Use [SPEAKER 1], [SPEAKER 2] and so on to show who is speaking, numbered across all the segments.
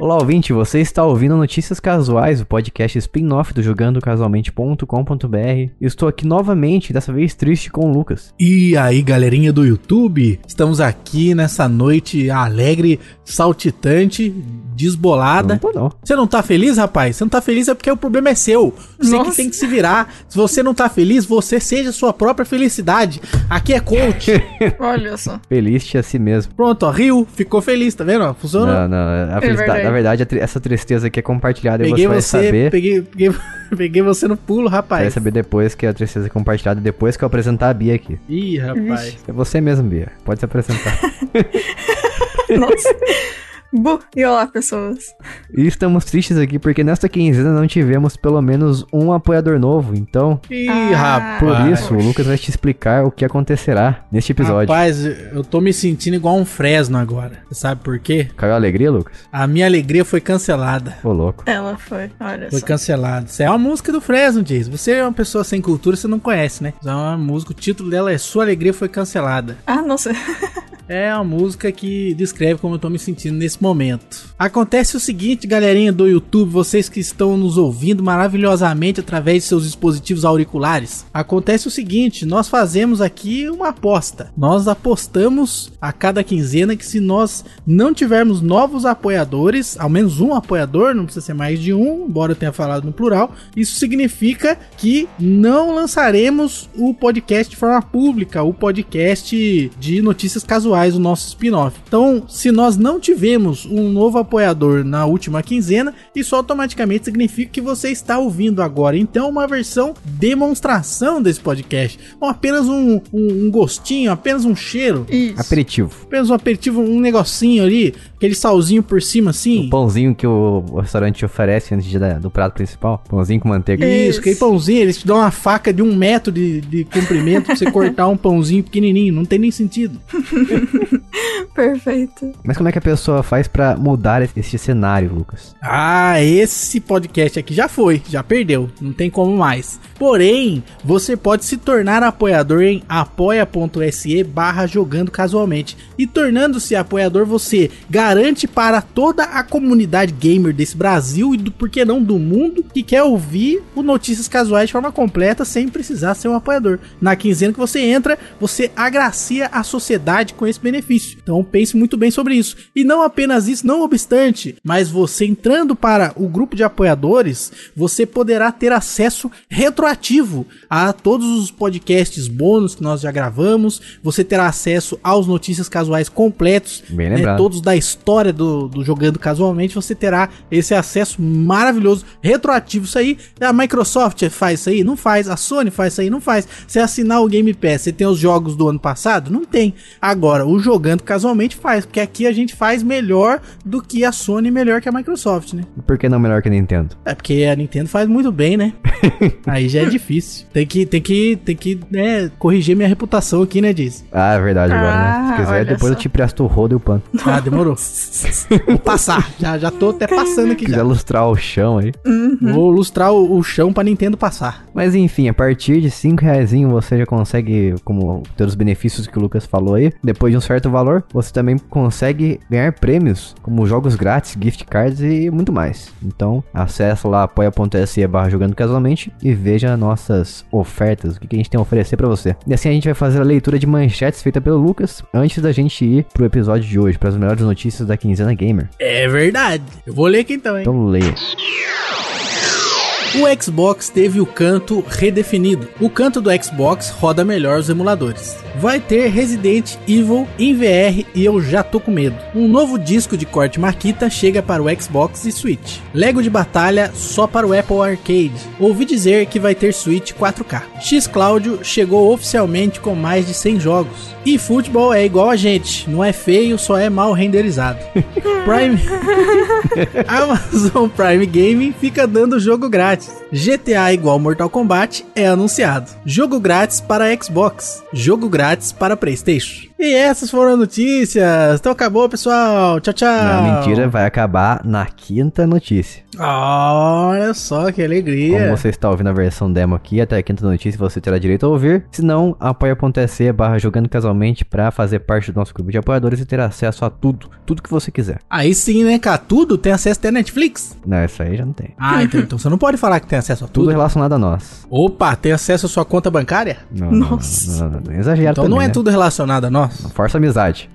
[SPEAKER 1] Olá, ouvinte, você está ouvindo Notícias Casuais, o podcast spin-off do jogandocasualmente.com.br. Estou aqui novamente, dessa vez triste com o Lucas.
[SPEAKER 2] E aí, galerinha do YouTube? Estamos aqui nessa noite alegre, saltitante,
[SPEAKER 1] Não
[SPEAKER 2] desbolada.
[SPEAKER 1] tô não.
[SPEAKER 2] Você não tá feliz, rapaz? Você não tá feliz é porque o problema é seu. Você que
[SPEAKER 3] Nossa.
[SPEAKER 2] tem que se virar. Se você não tá feliz, você seja sua própria felicidade. Aqui é coach.
[SPEAKER 3] Olha só.
[SPEAKER 1] Feliz de a si mesmo.
[SPEAKER 2] Pronto, ó, riu, ficou feliz, tá vendo? ó? Funcionou.
[SPEAKER 1] Não, não, a felicidade-
[SPEAKER 3] É verdade.
[SPEAKER 1] na verdade, a tri- essa tristeza aqui é compartilhada e
[SPEAKER 2] Peguei
[SPEAKER 1] você vai
[SPEAKER 2] você,
[SPEAKER 1] saber.
[SPEAKER 2] peguei, peguei, peguei você no pulo,
[SPEAKER 1] Você vai
[SPEAKER 2] rapaz.
[SPEAKER 1] saber depois que a tristeza é compartilhada, depois que eu apresentar a Bia aqui.
[SPEAKER 2] Ih, rapaz.
[SPEAKER 1] É você mesmo, Bia. Pode se apresentar.
[SPEAKER 3] Nossa. Bu, e olá, pessoas.
[SPEAKER 1] e estamos tristes aqui porque nesta quinzena não tivemos pelo menos um apoiador novo. Então,
[SPEAKER 2] Ih,
[SPEAKER 3] Ah,
[SPEAKER 2] rapaz.
[SPEAKER 1] por
[SPEAKER 3] Ah,
[SPEAKER 1] isso, o
[SPEAKER 3] poxa.
[SPEAKER 1] Lucas vai te explicar o que acontecerá neste episódio.
[SPEAKER 2] Rapaz, eu tô me sentindo igual um Fresno agora. Sabe por quê?
[SPEAKER 1] Caiu a alegria, Lucas?
[SPEAKER 2] A minha alegria foi cancelada.
[SPEAKER 1] Ô, louco.
[SPEAKER 3] Ela foi, olha
[SPEAKER 2] Foi
[SPEAKER 3] só.
[SPEAKER 2] cancelada. Isso é uma música do Fresno, Jason. Você é uma pessoa sem cultura, você não conhece, né? Isso é uma música, o título dela é Sua Alegria Foi Cancelada.
[SPEAKER 3] Ah, nossa.
[SPEAKER 2] É uma música que descreve como eu tô me sentindo nesse momento. Acontece o seguinte, galerinha do YouTube, vocês que estão nos ouvindo maravilhosamente através de seus dispositivos auriculares. Acontece o seguinte, nós fazemos aqui uma aposta. Nós apostamos a cada quinzena que se nós não tivermos novos apoiadores, ao menos um apoiador, não precisa ser mais de um, embora eu tenha falado no plural, isso significa que não lançaremos o podcast de forma pública, o podcast de notícias casuais, o nosso spin-off. Então, se nós não tivemos um novo apoiador na última quinzena, isso automaticamente significa que você está ouvindo agora. Então, uma versão demonstração desse podcast, Ou apenas um- um- um gostinho, apenas um cheiro
[SPEAKER 3] Isso.
[SPEAKER 1] Aperitivo.
[SPEAKER 2] apenas um aperitivo, um negocinho ali, aquele salzinho por cima
[SPEAKER 1] O
[SPEAKER 2] assim.
[SPEAKER 1] pãozinho que o o restaurante oferece antes de dar- do prato principal. Pãozinho com manteiga.
[SPEAKER 2] Isso, aquele
[SPEAKER 3] Isso.
[SPEAKER 2] pãozinho, eles te dão uma faca de um metro de, de comprimento pra você cortar um pãozinho pequenininho, não tem nem sentido.
[SPEAKER 3] Perfeito.
[SPEAKER 1] Mas como é que a pessoa faz pra mudar esse- esse cenário, Lucas?
[SPEAKER 2] Ah, esse podcast aqui já foi, já perdeu, não tem como mais. Porém, você pode se tornar apoiador em apoia.se barra jogando casualmente. E tornando-se apoiador, você garante para toda a comunidade gamer desse Brasil e do por que não do mundo que quer ouvir o Notícias Casuais de forma completa sem precisar ser um apoiador. Na quinzena que você entra, você agracia a sociedade com esse benefício. Então pense muito bem sobre isso. E não apenas isso, não obstante, mas você entrando para o grupo de apoiadores, você poderá ter acesso retroativo a todos os podcasts bônus que nós já gravamos. Você terá acesso aos notícias casuais completos
[SPEAKER 1] Bem
[SPEAKER 2] né,
[SPEAKER 1] lembrado.
[SPEAKER 2] todos da história do, do Jogando Casualmente, você terá esse acesso maravilhoso, retroativo. Isso aí, a Microsoft faz isso aí? Não faz. A Sony faz isso aí? Não faz. Você assinar o Game Pass, você tem os jogos do ano passado? Não tem. Agora, o Jogando Casualmente faz, porque aqui a gente faz melhor do que a Sony, melhor que a Microsoft, né?
[SPEAKER 1] E Por que não melhor que a Nintendo?
[SPEAKER 2] É porque a Nintendo faz muito bem, né? aí já é difícil. Tem que, tem que, tem que, né, corrigir minha reputação aqui, né, Diz?
[SPEAKER 1] Ah, é verdade agora, né? Se
[SPEAKER 3] Ah,
[SPEAKER 1] quiser,
[SPEAKER 3] olha
[SPEAKER 1] depois eu
[SPEAKER 3] só.
[SPEAKER 1] te presto o rodo e o pano. Se
[SPEAKER 2] Ah, demorou. Vou passar. Já, já tô até passando aqui já.
[SPEAKER 1] quiser lustrar o chão aí.
[SPEAKER 3] Uhum.
[SPEAKER 2] Vou lustrar o, o chão pra Nintendo passar.
[SPEAKER 1] Mas enfim, a partir de 5 reais você já consegue, como ter os benefícios que o Lucas falou aí, depois de um certo valor, você também consegue ganhar prêmios, como jogos grátis, gift cards e muito mais. Então, acessa lá apoia.se barra jogando casualmente e veja nossas ofertas, o que que a gente tem a oferecer pra você. E assim a gente vai fazer a leitura de manchetes feita pelo Lucas, antes da gente ir pro episódio de hoje, para as melhores notícias da quinzena gamer.
[SPEAKER 2] É verdade. Eu vou ler aqui então, hein?
[SPEAKER 1] Então leia.
[SPEAKER 2] O Xbox teve o canto redefinido. O canto do Xbox roda melhor os emuladores. Vai ter Resident Evil em VR e eu já tô com medo. Um novo disco de corte Marquita chega para o Xbox e Switch. Lego de batalha só para o Apple Arcade. Ouvi dizer que vai ter Switch 4K. X Cláudio chegou oficialmente com mais de 100 jogos. E futebol é igual a gente, não é feio, só é mal renderizado. Prime Amazon Prime Gaming fica dando jogo grátis. GTA igual Mortal Kombat é anunciado. Jogo grátis para Xbox. Jogo grátis para Playstation. E essas foram as notícias. Então acabou, pessoal. Tchau, tchau.
[SPEAKER 1] Não, mentira, vai acabar na quinta notícia.
[SPEAKER 2] Olha só que alegria.
[SPEAKER 1] Como assim? você está ouvindo a versão demo aqui, até a quinta notícia você terá direito a ouvir. Se não, apoia.se barra jogando casualmente pra fazer parte do nosso grupo de apoiadores e ter acesso a tudo, tudo que você quiser.
[SPEAKER 2] Aí sim, né, cara? Tudo tem acesso até Netflix.
[SPEAKER 1] Não, isso aí já não tem.
[SPEAKER 2] Ah, então, então você não pode falar que tem acesso a
[SPEAKER 1] Tudo é-
[SPEAKER 2] tudo.
[SPEAKER 1] relacionado a nós.
[SPEAKER 2] Opa, tem acesso à sua conta bancária?
[SPEAKER 1] Não, não,
[SPEAKER 3] Nossa.
[SPEAKER 1] Não, não, não, não, exagero
[SPEAKER 2] Então
[SPEAKER 1] também,
[SPEAKER 2] não é
[SPEAKER 1] né?
[SPEAKER 2] tudo É relacionado a nós.
[SPEAKER 1] Força amizade.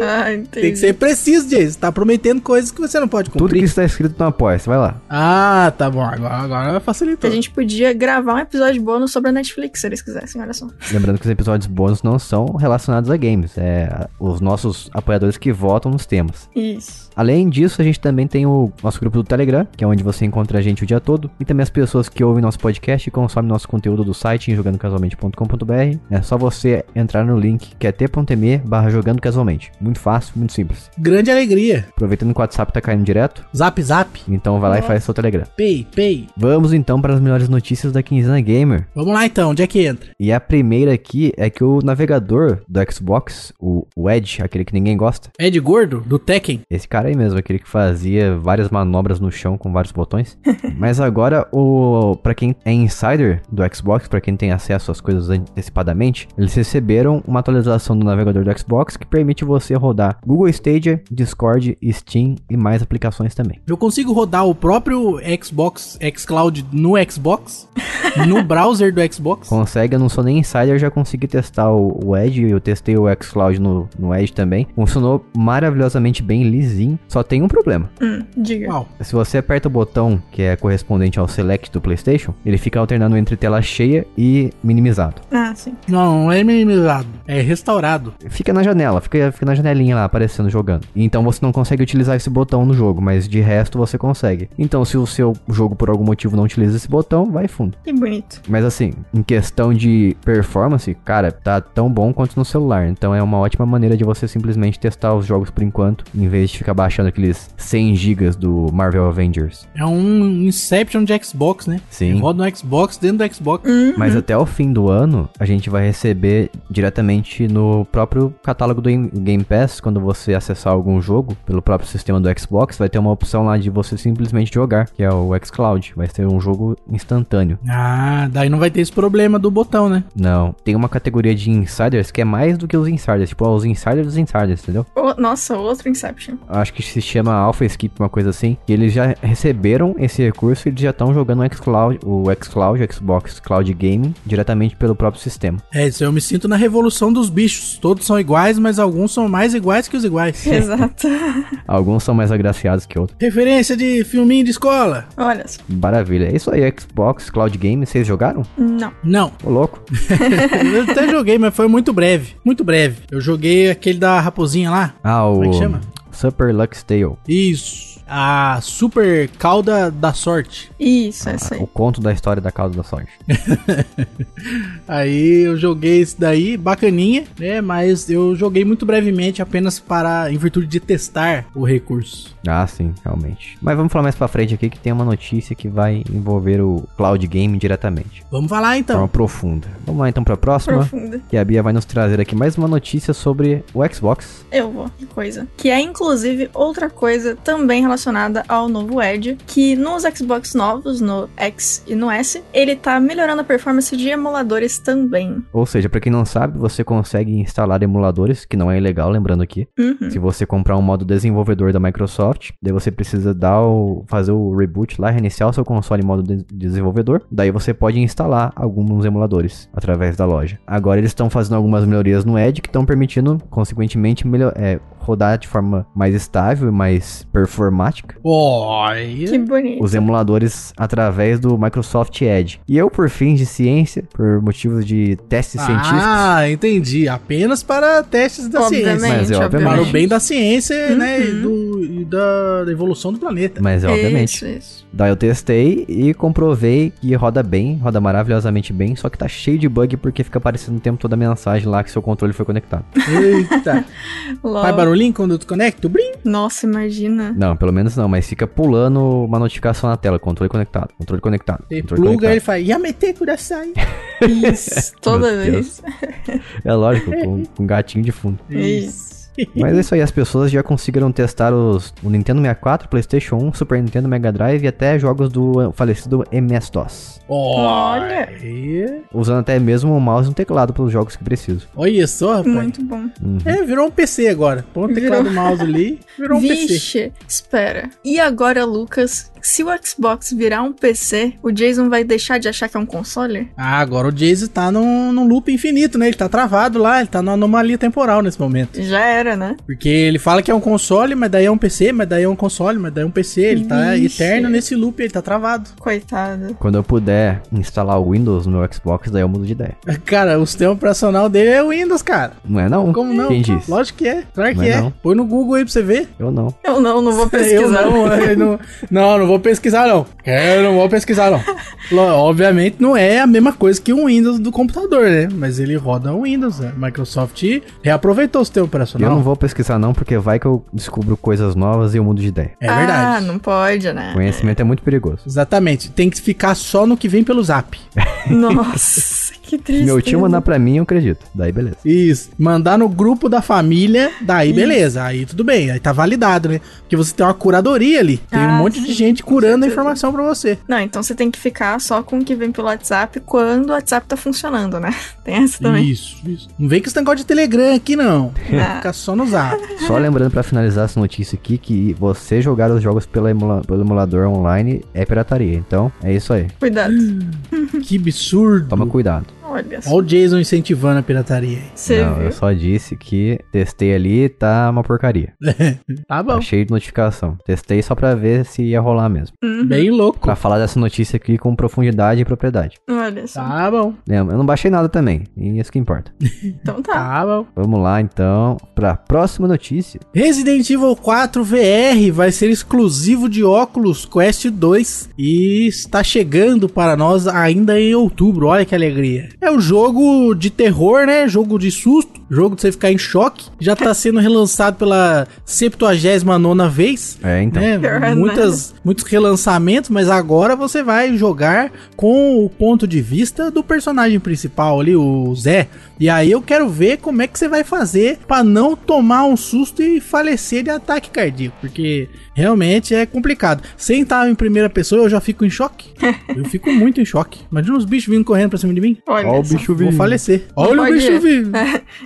[SPEAKER 3] Ah, entendi.
[SPEAKER 2] Tem que ser preciso, Jay. Você tá prometendo coisas que você não pode
[SPEAKER 1] Tudo
[SPEAKER 2] cumprir.
[SPEAKER 1] que está escrito no apoia, você vai lá.
[SPEAKER 2] Ah, tá bom. Agora, agora
[SPEAKER 3] A
[SPEAKER 2] facilitou.
[SPEAKER 3] gente podia gravar um episódio bônus sobre a Netflix, se eles quisessem, olha só.
[SPEAKER 1] Lembrando que os episódios bônus não são relacionados a games, é os nossos apoiadores que votam nos temas.
[SPEAKER 3] Isso.
[SPEAKER 1] Além disso, a gente também tem o nosso grupo do Telegram, que é onde você encontra a gente o dia todo, e também as pessoas que ouvem nosso podcast e consomem nosso conteúdo do site em jogandocasualmente.com.br. É só você entrar no link que é t.me barra jogando casualmente. Muito fácil, muito simples.
[SPEAKER 2] Grande alegria.
[SPEAKER 1] Aproveitando que o WhatsApp tá caindo direto,
[SPEAKER 2] Zap, zap.
[SPEAKER 1] então vai lá e faz seu Telegram.
[SPEAKER 2] Pay, pay.
[SPEAKER 1] Vamos então para as melhores notícias da Quinzena Gamer.
[SPEAKER 2] Vamos lá então, onde é que entra?
[SPEAKER 1] E a primeira aqui é que o navegador do Xbox, o o Edge, aquele que ninguém gosta,
[SPEAKER 2] Ed É Gordo, do Tekken.
[SPEAKER 1] esse cara aí mesmo, aquele que fazia várias manobras no chão com vários botões. Mas agora o para quem é insider do Xbox, pra quem tem acesso às coisas antecipadamente, eles receberam uma atualização do navegador do Xbox que permite você rodar Google Stadia, Discord, Steam e mais aplicações também.
[SPEAKER 2] Eu consigo rodar o próprio Xbox, Xcloud no Xbox? no browser do Xbox?
[SPEAKER 1] Consegue, eu não sou nem insider, já consegui testar o, o Edge, eu testei o xCloud no, no Edge também. Funcionou maravilhosamente bem, lisinho. Só tem um problema.
[SPEAKER 3] Hum, diga.
[SPEAKER 2] Uau.
[SPEAKER 1] Se você aperta o botão que é correspondente ao Select do PlayStation, ele fica alternando entre tela cheia e minimizado.
[SPEAKER 3] Ah, sim.
[SPEAKER 2] Não, não é minimizado. É restaurado.
[SPEAKER 1] Fica na janela, fica, fica na janelinha lá aparecendo jogando. Então você não consegue utilizar esse botão no jogo, mas de resto você consegue. Então se o seu jogo por algum motivo não utiliza esse botão, vai fundo.
[SPEAKER 3] Que bonito.
[SPEAKER 1] Mas assim, em questão de performance, cara, tá tão bom quanto no celular. Então é uma ótima maneira de você simplesmente testar os jogos por enquanto, em vez de ficar baixando aqueles 100 GB do Marvel Avengers.
[SPEAKER 2] É um Inception de Xbox, né?
[SPEAKER 1] Sim.
[SPEAKER 2] Roda no Xbox dentro do Xbox.
[SPEAKER 3] Hum,
[SPEAKER 1] Mas até o fim do ano, a gente vai receber diretamente no próprio catálogo do Game- Game Pass, quando você acessar algum jogo pelo próprio sistema do Xbox, vai ter uma opção lá de você simplesmente jogar, que é o xCloud. Vai ser um jogo instantâneo.
[SPEAKER 2] Ah, daí não vai ter esse problema do botão, né?
[SPEAKER 1] Não, tem uma categoria de insiders que é mais do que os insiders, tipo, ó, os insiders dos insiders, entendeu?
[SPEAKER 3] o- nossa, outro Inception.
[SPEAKER 1] Acho que se chama Alpha Skip, uma coisa assim. E eles já receberam esse recurso e eles já estão jogando o xCloud, o xCloud, o Xbox Cloud Gaming, diretamente pelo próprio sistema.
[SPEAKER 2] É, isso eu me sinto na revolução dos bichos. Todos são iguais, mas alguns são mais iguais que os iguais.
[SPEAKER 3] Exato.
[SPEAKER 1] Alguns são mais agraciados que outros.
[SPEAKER 2] Referência de filminho de escola?
[SPEAKER 3] Olha só.
[SPEAKER 1] Maravilha. É isso aí, Xbox Cloud Gaming, vocês jogaram?
[SPEAKER 3] Não.
[SPEAKER 2] Não,
[SPEAKER 1] Ô, louco.
[SPEAKER 2] eu até joguei, mas foi muito breve. Muito breve. Eu joguei aquele da raposinha lá.
[SPEAKER 1] Ah, o...
[SPEAKER 2] Como é que chama?
[SPEAKER 1] Super Lux Tale.
[SPEAKER 2] Isso. A super cauda da sorte.
[SPEAKER 3] Isso, essa
[SPEAKER 1] O
[SPEAKER 2] Ah,
[SPEAKER 3] aí.
[SPEAKER 1] conto da história da causa da sorte.
[SPEAKER 2] Aí eu joguei esse daí, bacaninha, né? Mas eu joguei muito brevemente, apenas para, em virtude de testar o recurso.
[SPEAKER 1] Ah, sim, realmente. Mas vamos falar mais pra frente aqui que tem uma notícia que vai envolver o Cloud Game diretamente.
[SPEAKER 2] Vamos falar
[SPEAKER 1] De forma
[SPEAKER 2] então.
[SPEAKER 1] profunda. Vamos lá então pra próxima.
[SPEAKER 3] Profunda.
[SPEAKER 1] E a Bia vai nos trazer aqui mais uma notícia sobre o Xbox.
[SPEAKER 3] Eu vou, que coisa. Que é inclusive outra coisa também relacionada ao novo Edge, que nos Xbox novos, no X e no S, ele tá melhorando a performance de emuladores também.
[SPEAKER 1] Ou seja, pra quem não sabe, você consegue instalar emuladores, que não é ilegal, lembrando aqui.
[SPEAKER 3] Uhum.
[SPEAKER 1] Se você comprar um modo desenvolvedor da Microsoft, daí você precisa dar o, fazer o reboot lá, reiniciar o seu console em modo de- desenvolvedor. Daí você pode instalar alguns emuladores através da loja. Agora eles estão fazendo algumas melhorias no Edge que estão permitindo, consequentemente, melhor, é, rodar de forma mais estável e mais performática.
[SPEAKER 3] Que
[SPEAKER 2] Olha.
[SPEAKER 3] bonito.
[SPEAKER 1] os emuladores através do Microsoft Edge. E eu, por fins de ciência, por motivos de testes científicos,
[SPEAKER 2] Ah, entendi. Apenas para testes da
[SPEAKER 3] Obviamente,
[SPEAKER 2] ciência.
[SPEAKER 1] Mas é,
[SPEAKER 2] Para o
[SPEAKER 1] obviamente.
[SPEAKER 2] bem da ciência, né? E,
[SPEAKER 3] Uhum.
[SPEAKER 2] do- e da, da evolução do planeta.
[SPEAKER 1] mas é obviamente.
[SPEAKER 3] Isso, isso.
[SPEAKER 1] Daí eu testei e comprovei que roda bem, roda maravilhosamente bem, só que tá cheio de bug porque fica aparecendo o tempo todo a mensagem lá que seu controle foi conectado.
[SPEAKER 2] Eita.
[SPEAKER 3] Logo.
[SPEAKER 2] Faz barulho barulhinho quando tu conecta? O brim?
[SPEAKER 3] Nossa, imagina.
[SPEAKER 1] Não, pelo menos não, mas fica pulando uma notificação na tela. Controle conectado, controle conectado.
[SPEAKER 2] Você
[SPEAKER 1] Controle
[SPEAKER 2] pluga, ele
[SPEAKER 1] conectado.
[SPEAKER 2] fala, Yamete Kudasai.
[SPEAKER 3] Isso, toda
[SPEAKER 1] Meu Deus.
[SPEAKER 3] vez.
[SPEAKER 1] É lógico, com, com um gatinho de fundo.
[SPEAKER 3] Isso.
[SPEAKER 1] Mas é isso aí, as pessoas já conseguiram testar os, o Nintendo 64, PlayStation 1, Super Nintendo, Mega Drive e até jogos do eh, falecido MS-DOS.
[SPEAKER 3] Olha.
[SPEAKER 2] Olha.
[SPEAKER 1] Usando até mesmo o mouse e o teclado para os jogos que precisam.
[SPEAKER 2] Olha só, rapaz.
[SPEAKER 3] Muito bom.
[SPEAKER 1] Uhum.
[SPEAKER 2] É, virou um PC agora. Põe o teclado do mouse ali, virou um PC.
[SPEAKER 3] Vixe, espera. E agora, Lucas, se o Xbox virar um PC, o Jason vai deixar de achar que é um console?
[SPEAKER 2] Ah, agora o Jason tá num, num loop infinito, né? Ele tá travado lá, ele tá numa anomalia temporal nesse momento.
[SPEAKER 3] Já era, né?
[SPEAKER 2] Porque ele fala que é um console, mas daí é um PC, mas daí é um console, mas daí é um PC. Ele tá
[SPEAKER 3] Vixe.
[SPEAKER 2] eterno nesse loop, ele tá travado.
[SPEAKER 3] Coitado.
[SPEAKER 1] Quando eu puder instalar o Windows no meu Xbox, daí eu mudo de ideia.
[SPEAKER 2] Cara, o sistema operacional dele é o Windows, cara.
[SPEAKER 1] Não é não?
[SPEAKER 2] Como não?
[SPEAKER 1] Quem disse?
[SPEAKER 2] Lógico que é. Claro que
[SPEAKER 1] Mas
[SPEAKER 2] é.
[SPEAKER 1] não.
[SPEAKER 2] Põe no Google aí pra você ver.
[SPEAKER 1] Eu não.
[SPEAKER 3] Eu não, não vou
[SPEAKER 2] Eu
[SPEAKER 3] pesquisar.
[SPEAKER 2] não, eu não, não, não vou pesquisar não. Eu não vou pesquisar não. Lo- Obviamente não é a mesma coisa que o Windows do computador, né? Mas ele roda o Windows. né? Microsoft reaproveitou o sistema
[SPEAKER 1] Eu
[SPEAKER 2] operacional.
[SPEAKER 1] não vou pesquisar não, porque vai que eu descubro coisas novas e eu mudo de ideia.
[SPEAKER 2] É verdade.
[SPEAKER 3] Ah, não pode, né?
[SPEAKER 1] Conhecimento é muito perigoso.
[SPEAKER 2] Exatamente. Tem que ficar só no que vem pelo Zap.
[SPEAKER 3] Nossa, que
[SPEAKER 1] Se
[SPEAKER 3] triste.
[SPEAKER 1] meu tio mandar pra mim, eu acredito. Daí beleza.
[SPEAKER 2] Isso. Mandar no grupo da família, daí beleza. Aí tudo bem. Aí tá validado, né? Porque você tem uma curadoria ali. Tem um
[SPEAKER 3] Ah,
[SPEAKER 2] monte de
[SPEAKER 3] sim,
[SPEAKER 2] gente curando a
[SPEAKER 3] certeza.
[SPEAKER 2] informação pra você.
[SPEAKER 3] Não, então você tem que ficar só com o que vem pelo WhatsApp quando o WhatsApp tá funcionando, né? Tem essa também.
[SPEAKER 2] Isso, isso. Não vem com esse negócio de Telegram aqui, não.
[SPEAKER 3] Ah.
[SPEAKER 2] Fica só no Zap.
[SPEAKER 1] Só lembrando pra finalizar essa notícia aqui, que você jogar os jogos pela emula- pelo emulador online é pirataria. Então, é isso aí.
[SPEAKER 3] Cuidado.
[SPEAKER 2] Hum. Que absurdo.
[SPEAKER 1] Toma cuidado.
[SPEAKER 3] Olha
[SPEAKER 2] Olha
[SPEAKER 3] só.
[SPEAKER 2] o Jason incentivando a pirataria. aí.
[SPEAKER 3] Você
[SPEAKER 1] não,
[SPEAKER 3] viu?
[SPEAKER 1] eu só disse que testei ali, tá uma porcaria.
[SPEAKER 2] Tá
[SPEAKER 1] Tá
[SPEAKER 2] bom.
[SPEAKER 1] cheio de notificação. Testei só pra ver se ia rolar mesmo.
[SPEAKER 3] Uhum.
[SPEAKER 2] Bem louco.
[SPEAKER 1] Pra falar dessa notícia aqui com profundidade e propriedade.
[SPEAKER 3] Olha só.
[SPEAKER 2] Tá bom.
[SPEAKER 1] É, Eu não baixei nada também, e isso que importa.
[SPEAKER 3] Então tá.
[SPEAKER 2] Tá bom.
[SPEAKER 1] Vamos lá então pra próxima notícia.
[SPEAKER 2] Resident Evil 4 VR vai ser exclusivo de óculos Quest 2 e está chegando para nós ainda em outubro. Olha que alegria. É um jogo de terror, né? Jogo de susto, jogo de você ficar em choque. Já está sendo relançado pela 79ª vez.
[SPEAKER 1] É, então.
[SPEAKER 2] né?
[SPEAKER 3] Pior nada.
[SPEAKER 2] Muitas, muitos relançamentos, mas agora você vai jogar com o ponto de vista do personagem principal ali, o Zé. E aí eu quero ver como é que você vai fazer pra não tomar um susto e falecer de ataque cardíaco, porque realmente é complicado. Sem estar em primeira pessoa, eu já fico em choque. eu fico muito em choque. Imagina os bichos vindo correndo pra cima de mim.
[SPEAKER 3] Olha
[SPEAKER 1] Ó o
[SPEAKER 3] só.
[SPEAKER 1] bicho
[SPEAKER 2] Vou
[SPEAKER 1] vindo.
[SPEAKER 2] falecer.
[SPEAKER 3] Não
[SPEAKER 2] Olha o
[SPEAKER 3] pode
[SPEAKER 2] bicho
[SPEAKER 3] ir.
[SPEAKER 2] vindo.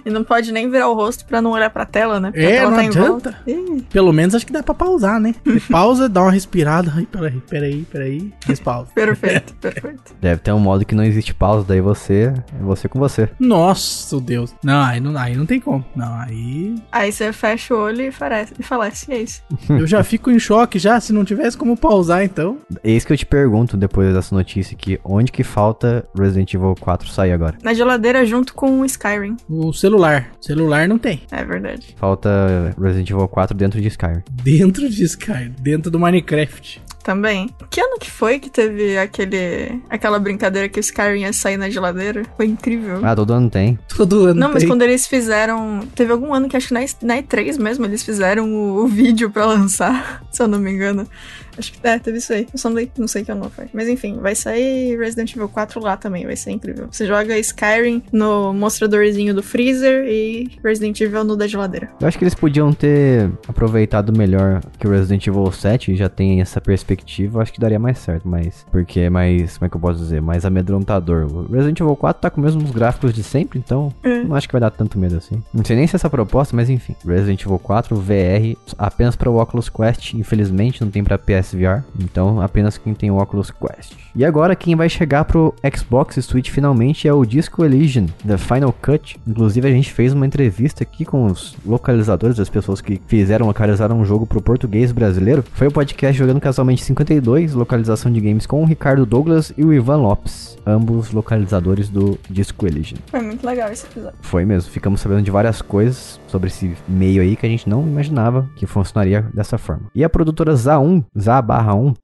[SPEAKER 3] E não pode nem virar o rosto pra não olhar pra tela, né? Porque a
[SPEAKER 2] É,
[SPEAKER 3] tela
[SPEAKER 2] não
[SPEAKER 3] tá em volta.
[SPEAKER 2] adianta. Pelo menos acho que dá pra pausar, né? Você pausa, dá uma respirada. Ai, peraí, peraí, peraí. Respausa.
[SPEAKER 3] Perfeito, perfeito.
[SPEAKER 1] Deve ter um modo que não existe pausa, daí você. É você com você.
[SPEAKER 2] Nossa, Deus. Não, aí não, aí não tem como. Não, aí.
[SPEAKER 3] Aí você fecha o olho e falece, e falece e é isso.
[SPEAKER 2] Eu já fico em choque já. Se não tivesse como pausar, então.
[SPEAKER 1] Eis É que eu te pergunto depois dessa notícia aqui, onde que falta Resident Evil 4 sair agora?
[SPEAKER 3] Na geladeira junto com o Skyrim.
[SPEAKER 2] O celular. Celular não tem.
[SPEAKER 3] É verdade.
[SPEAKER 1] Falta Resident Evil 4 dentro de Skyrim.
[SPEAKER 2] Dentro de Sky, dentro do Minecraft.
[SPEAKER 3] Também. Que ano que foi que teve aquele aquela brincadeira que o Skyrim ia sair na geladeira? Foi incrível.
[SPEAKER 1] Ah, todo ano tem.
[SPEAKER 2] Todo ano.
[SPEAKER 3] Não, mas
[SPEAKER 2] tem.
[SPEAKER 3] quando eles fizeram. Teve algum ano que acho que na, E- na E3 mesmo, eles fizeram o, o vídeo pra lançar, se eu não me engano. Acho que é, teve isso aí. Eu só não, dei- não sei que ano foi. Mas enfim, vai sair Resident Evil 4 lá também, vai ser incrível. Você joga Skyrim no mostradorzinho do freezer e Resident Evil no da geladeira.
[SPEAKER 1] Eu acho que eles podiam ter aproveitado melhor que o Resident Evil 7 já tem essa perspectiva, eu acho que daria mais certo, mas porque é mais, como é que eu posso dizer, mais amedrontador. O Resident Evil 4 tá com mesmo os mesmos gráficos de sempre, então
[SPEAKER 3] É.
[SPEAKER 1] não acho que vai dar tanto medo assim. Não sei nem se é essa proposta, mas enfim. Resident Evil 4 VR apenas para o Oculus Quest, infelizmente não tem para PSVR, então apenas quem tem o Oculus Quest. E agora quem vai chegar pro Xbox e Switch finalmente é o Disco Elysium, The Final Cut. Inclusive a gente fez uma entrevista aqui com os localizadores, as pessoas que fizeram localizar um jogo pro português brasileiro. Foi o podcast Jogando Casualmente Noite 52, localização de games com o Ricardo Douglas e o Ivan Lopes, ambos localizadores do Disco Elysium.
[SPEAKER 3] Foi muito legal esse episódio.
[SPEAKER 1] Foi mesmo, ficamos sabendo de várias coisas sobre esse meio aí que a gente não imaginava que funcionaria dessa forma. E a produtora ZA1, ZA-1,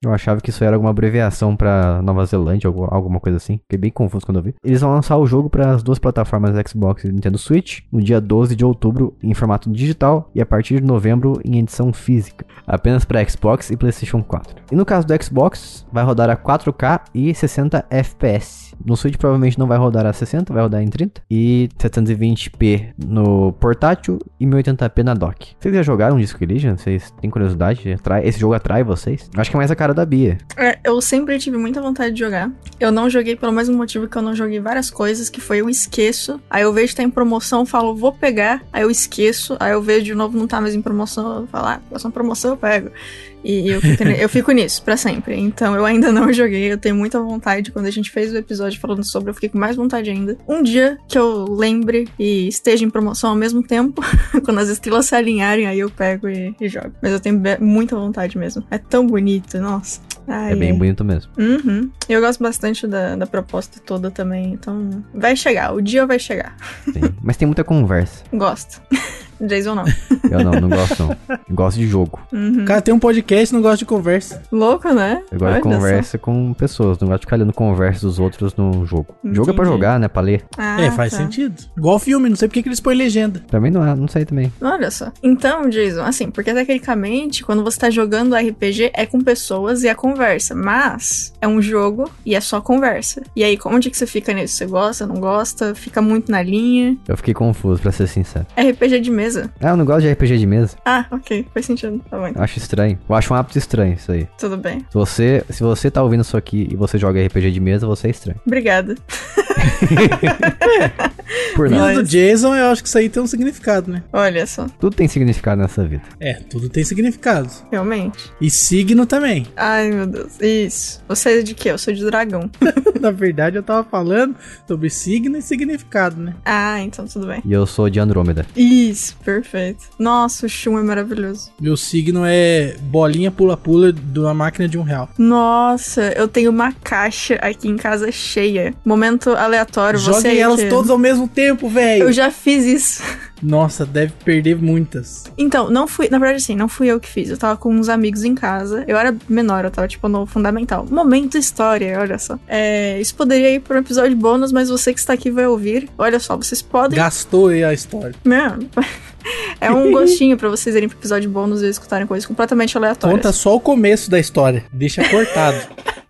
[SPEAKER 1] eu achava que isso era alguma abreviação pra Nova Zelândia, algu- alguma coisa assim, fiquei bem confuso quando eu vi. Eles vão lançar o jogo para as duas plataformas Xbox e Nintendo Switch no dia 12 de outubro em formato digital e a partir de novembro em edição física apenas para Xbox e PlayStation 4. E no caso do Xbox, vai rodar a 4K e 60 FPS. No Switch provavelmente não vai rodar a 60, vai rodar em 30 e 720p no portátil e 1080p na dock. Vocês já jogaram Disco Elysium? Vocês têm curiosidade? Atrai- Esse jogo atrai vocês? Eu Acho que é mais a cara da Bia.
[SPEAKER 3] É, Eu sempre tive muita vontade de jogar. Eu não joguei pelo mesmo motivo que eu não joguei várias coisas, que foi eu esqueço. Aí eu vejo que tá em promoção, eu falo, vou pegar. Aí eu esqueço. Aí eu vejo de novo, não tá mais em promoção. Eu falo, ah, próxima promoção eu pego. E eu fico, ne- eu fico nisso pra sempre. Então eu ainda não joguei. Eu tenho muita vontade. Quando a gente fez o episódio falando sobre, eu fiquei com mais vontade ainda. Um dia que eu lembre e esteja em promoção ao mesmo tempo, quando as estrelas se alinharem, aí eu pego e, e jogo. Mas eu tenho be- muita vontade mesmo. É tão bonito, nossa. Ai,
[SPEAKER 1] é bem
[SPEAKER 3] ai.
[SPEAKER 1] bonito mesmo.
[SPEAKER 3] Uhum. Eu gosto bastante da, da proposta toda também, então vai chegar, o dia vai chegar.
[SPEAKER 1] sim. Mas tem muita conversa.
[SPEAKER 3] Gosto. Jason não.
[SPEAKER 1] Eu não, não gosto não. Eu gosto de jogo.
[SPEAKER 3] Uhum.
[SPEAKER 2] O cara tem um podcast e não gosta de conversa.
[SPEAKER 3] Louco, né?
[SPEAKER 1] Eu gosto
[SPEAKER 3] Olha
[SPEAKER 1] de conversa com pessoas, não gosto de ficar lendo conversa dos outros no jogo. Jogo é pra
[SPEAKER 3] Entendi.
[SPEAKER 1] jogar, né? Pra ler.
[SPEAKER 3] só. Ah,
[SPEAKER 2] é, faz
[SPEAKER 3] tá.
[SPEAKER 2] sentido. Igual filme, não sei porque que eles põem legenda.
[SPEAKER 1] Também não é, não sei também.
[SPEAKER 3] Olha só. Então, Jason, assim, porque tecnicamente, quando você tá jogando RPG, é com pessoas e é conversa. Mas é um jogo e é só conversa. E aí, onde que você fica nisso? Você gosta, não gosta? Fica muito na linha?
[SPEAKER 1] Eu fiquei confuso, pra ser sincero.
[SPEAKER 3] RPG de mesa?
[SPEAKER 1] Ah, eu não gosto de RPG de mesa.
[SPEAKER 3] Ah, ok. Faz sentido. Tá bom, então.
[SPEAKER 1] Eu acho estranho. Eu acho um hábito estranho isso aí.
[SPEAKER 3] Tudo bem.
[SPEAKER 1] Se você, se você tá ouvindo isso aqui e você joga RPG de mesa, você é estranho.
[SPEAKER 3] Obrigada.
[SPEAKER 1] Por
[SPEAKER 2] Vindo
[SPEAKER 1] nada.
[SPEAKER 3] Mas-
[SPEAKER 2] do Jason, eu acho que isso aí tem um significado, né?
[SPEAKER 3] Olha só.
[SPEAKER 1] Tudo tem significado nessa vida.
[SPEAKER 2] É, tudo tem significado.
[SPEAKER 3] Realmente.
[SPEAKER 2] E signo também.
[SPEAKER 3] Ai, meu Deus. Isso. Você é de quê? Eu sou de dragão.
[SPEAKER 2] Na verdade, eu tava falando sobre signo e significado, né?
[SPEAKER 3] Ah, então tudo bem.
[SPEAKER 1] E eu sou de Andrômeda.
[SPEAKER 3] Isso, perfeito. Nossa, o chum é maravilhoso.
[SPEAKER 2] Meu signo é bolinha pula-pula de uma máquina de um real.
[SPEAKER 3] Nossa, eu tenho uma caixa aqui em casa cheia. Momento aleatório, você aí
[SPEAKER 2] Joguem elas
[SPEAKER 3] que-
[SPEAKER 2] todas ao mesmo tempo,
[SPEAKER 3] Eu
[SPEAKER 2] velho.
[SPEAKER 3] já fiz isso.
[SPEAKER 2] Nossa, deve perder muitas.
[SPEAKER 3] Então, não fui. Na verdade, assim, não fui eu que fiz. Eu tava com uns amigos em casa. Eu era menor, eu tava, tipo, no fundamental. Momento história, olha só. É, isso poderia ir pra um episódio bônus, mas você que está aqui vai ouvir. Olha só, vocês podem
[SPEAKER 2] Gastou aí a história.
[SPEAKER 3] Mano, Né? é um gostinho pra vocês irem pro episódio bônus e escutarem coisas completamente aleatórias.
[SPEAKER 2] Conta só o começo da história. Deixa cortado.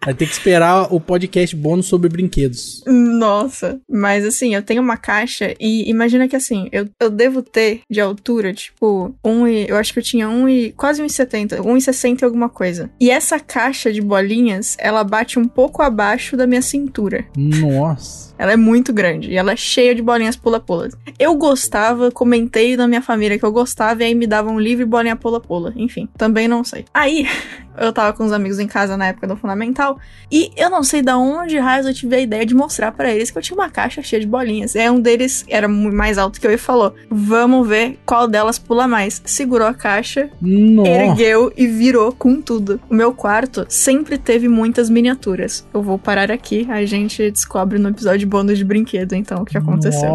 [SPEAKER 2] Vai ter que esperar o podcast bônus sobre brinquedos.
[SPEAKER 3] Nossa, mas assim, eu tenho uma caixa e imagina que assim, eu, eu devo ter de altura, tipo, um e, eu acho que eu tinha um e quase 1,70, 1,60 e alguma coisa. E essa caixa de bolinhas, ela bate um pouco abaixo da minha cintura.
[SPEAKER 2] Nossa.
[SPEAKER 3] Ela é muito grande e ela é cheia de bolinhas pula-pula. Eu gostava, comentei na minha família que eu gostava e aí me davam um livre bolinha pula-pula. Enfim, também não sei. Aí, eu tava com uns amigos em casa na época do Fundamental e eu não sei da onde raios eu tive a ideia de mostrar pra eles que eu tinha uma caixa cheia de bolinhas. E aí um deles era mu- mais alto que eu e falou: Vamos ver qual delas pula mais. Segurou a caixa,
[SPEAKER 2] Nossa.
[SPEAKER 3] ergueu e virou com tudo. O meu quarto sempre teve muitas miniaturas. Eu vou parar aqui, a gente descobre no episódio bônus de brinquedo, então, o que aconteceu.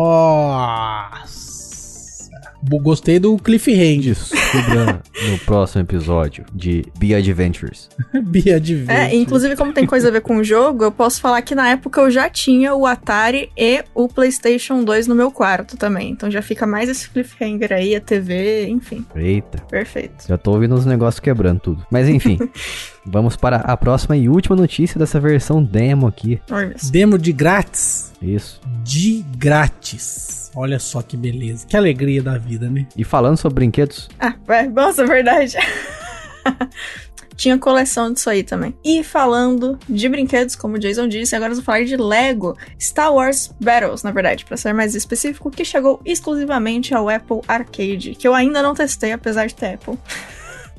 [SPEAKER 2] Nossa. Bo- Gostei do cliffhanger.
[SPEAKER 1] Descubra no próximo episódio de Be Adventures.
[SPEAKER 2] Bia de vez.
[SPEAKER 3] É, inclusive, como tem coisa a ver com o jogo, eu posso falar que na época eu já tinha o Atari e o PlayStation 2 no meu quarto também. Então já fica mais esse cliffhanger aí, a TV, enfim,
[SPEAKER 1] Eita,
[SPEAKER 3] perfeito.
[SPEAKER 1] já tô ouvindo os negócios quebrando tudo. Mas enfim, vamos para a próxima e última notícia dessa versão demo aqui.
[SPEAKER 3] Olha isso.
[SPEAKER 2] Demo de grátis.
[SPEAKER 1] Isso.
[SPEAKER 2] De grátis. Olha só que beleza. Que alegria da vida, né?
[SPEAKER 1] E falando sobre brinquedos,
[SPEAKER 3] Ah, é, nossa, é verdade. Tinha coleção disso aí também. E falando de brinquedos, como o Jason disse, agora nós vamos falar de Lego Star Wars Battles, na verdade, pra ser mais específico, que chegou exclusivamente ao Apple Arcade, que eu ainda não testei, apesar de ter Apple.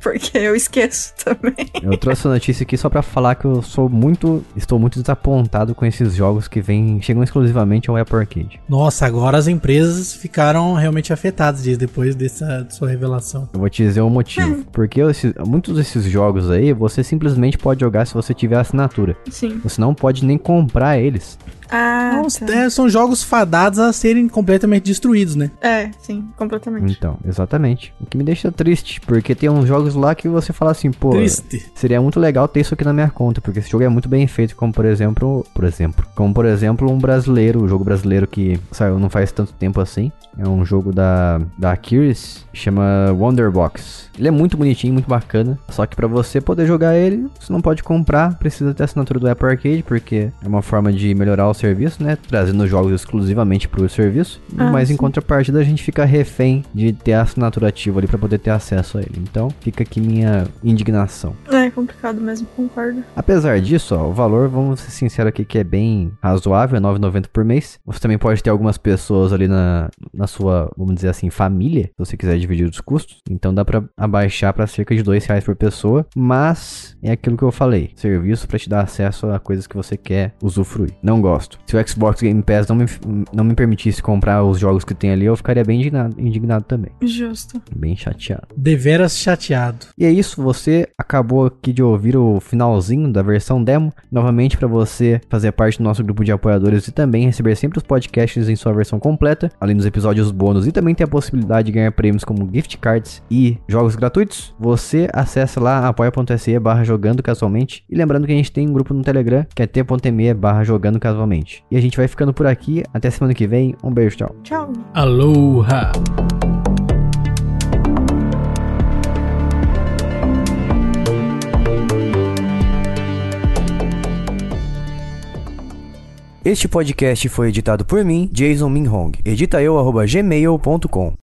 [SPEAKER 3] porque eu esqueço também.
[SPEAKER 1] Eu trouxe a notícia aqui só pra falar que eu sou muito. Estou muito desapontado com esses jogos que vêm. chegam exclusivamente ao Apple Arcade.
[SPEAKER 2] Nossa, agora as empresas ficaram realmente afetadas disso, depois dessa sua revelação.
[SPEAKER 1] Eu vou te dizer o motivo. Porque esses- muitos desses jogos aí, você simplesmente pode jogar se você tiver assinatura.
[SPEAKER 3] Sim.
[SPEAKER 1] Você não pode nem comprar eles.
[SPEAKER 3] Ah,
[SPEAKER 2] Nossa,
[SPEAKER 3] tá.
[SPEAKER 2] é, são jogos fadados a serem completamente destruídos, né?
[SPEAKER 3] É, sim, completamente.
[SPEAKER 1] Então, exatamente. O que me deixa triste, porque tem uns jogos lá que você fala assim, pô.
[SPEAKER 2] Triste.
[SPEAKER 1] Seria muito legal ter isso aqui na minha conta, porque esse jogo é muito bem feito, como por exemplo, por exemplo, como por exemplo um brasileiro, o jogo brasileiro que saiu não faz tanto tempo assim, é um jogo da da Curious, chama Wonderbox. Ele é muito bonitinho, muito bacana, só que pra você poder jogar ele, você não pode comprar, precisa ter assinatura do Apple Arcade, porque é uma forma de melhorar o serviço, né, trazendo jogos exclusivamente pro serviço,
[SPEAKER 3] Ah,
[SPEAKER 1] mas em
[SPEAKER 3] sim.
[SPEAKER 1] contrapartida a gente fica refém de ter a assinatura ativa ali pra poder ter acesso a ele. Então, fica aqui minha indignação.
[SPEAKER 3] É complicado mesmo, concordo.
[SPEAKER 1] Apesar disso, ó, o valor, vamos ser sinceros aqui, que é bem razoável, é 9,90 por mês. Você também pode ter algumas pessoas ali na, na sua, vamos dizer assim, família, se você quiser dividir os custos. Então dá pra abaixar pra cerca de R$ 2 reais por pessoa, mas é aquilo que eu falei, serviço pra te dar acesso a coisas que você quer usufruir. Não gosto. Se o Xbox Game Pass não me, não me permitisse comprar os jogos que tem ali, eu ficaria bem indignado, indignado também,
[SPEAKER 3] Justo.
[SPEAKER 1] bem chateado.
[SPEAKER 2] Deveras chateado.
[SPEAKER 1] E é isso, você acabou aqui de ouvir o finalzinho da versão demo. Novamente, para você fazer parte do nosso grupo de apoiadores e também receber sempre os podcasts em sua versão completa, além dos episódios bônus e também ter a possibilidade de ganhar prêmios como gift cards e jogos gratuitos, você acessa lá apoia.se barra jogando casualmente. E lembrando que a gente tem um grupo no Telegram que é t.me barra jogando casualmente. E a gente vai ficando por aqui. Até semana que vem. Um beijo, tchau.
[SPEAKER 3] Tchau.
[SPEAKER 2] Aloha!
[SPEAKER 1] Este podcast foi editado por mim, Jason Minhong. Edita eu, gmail.com.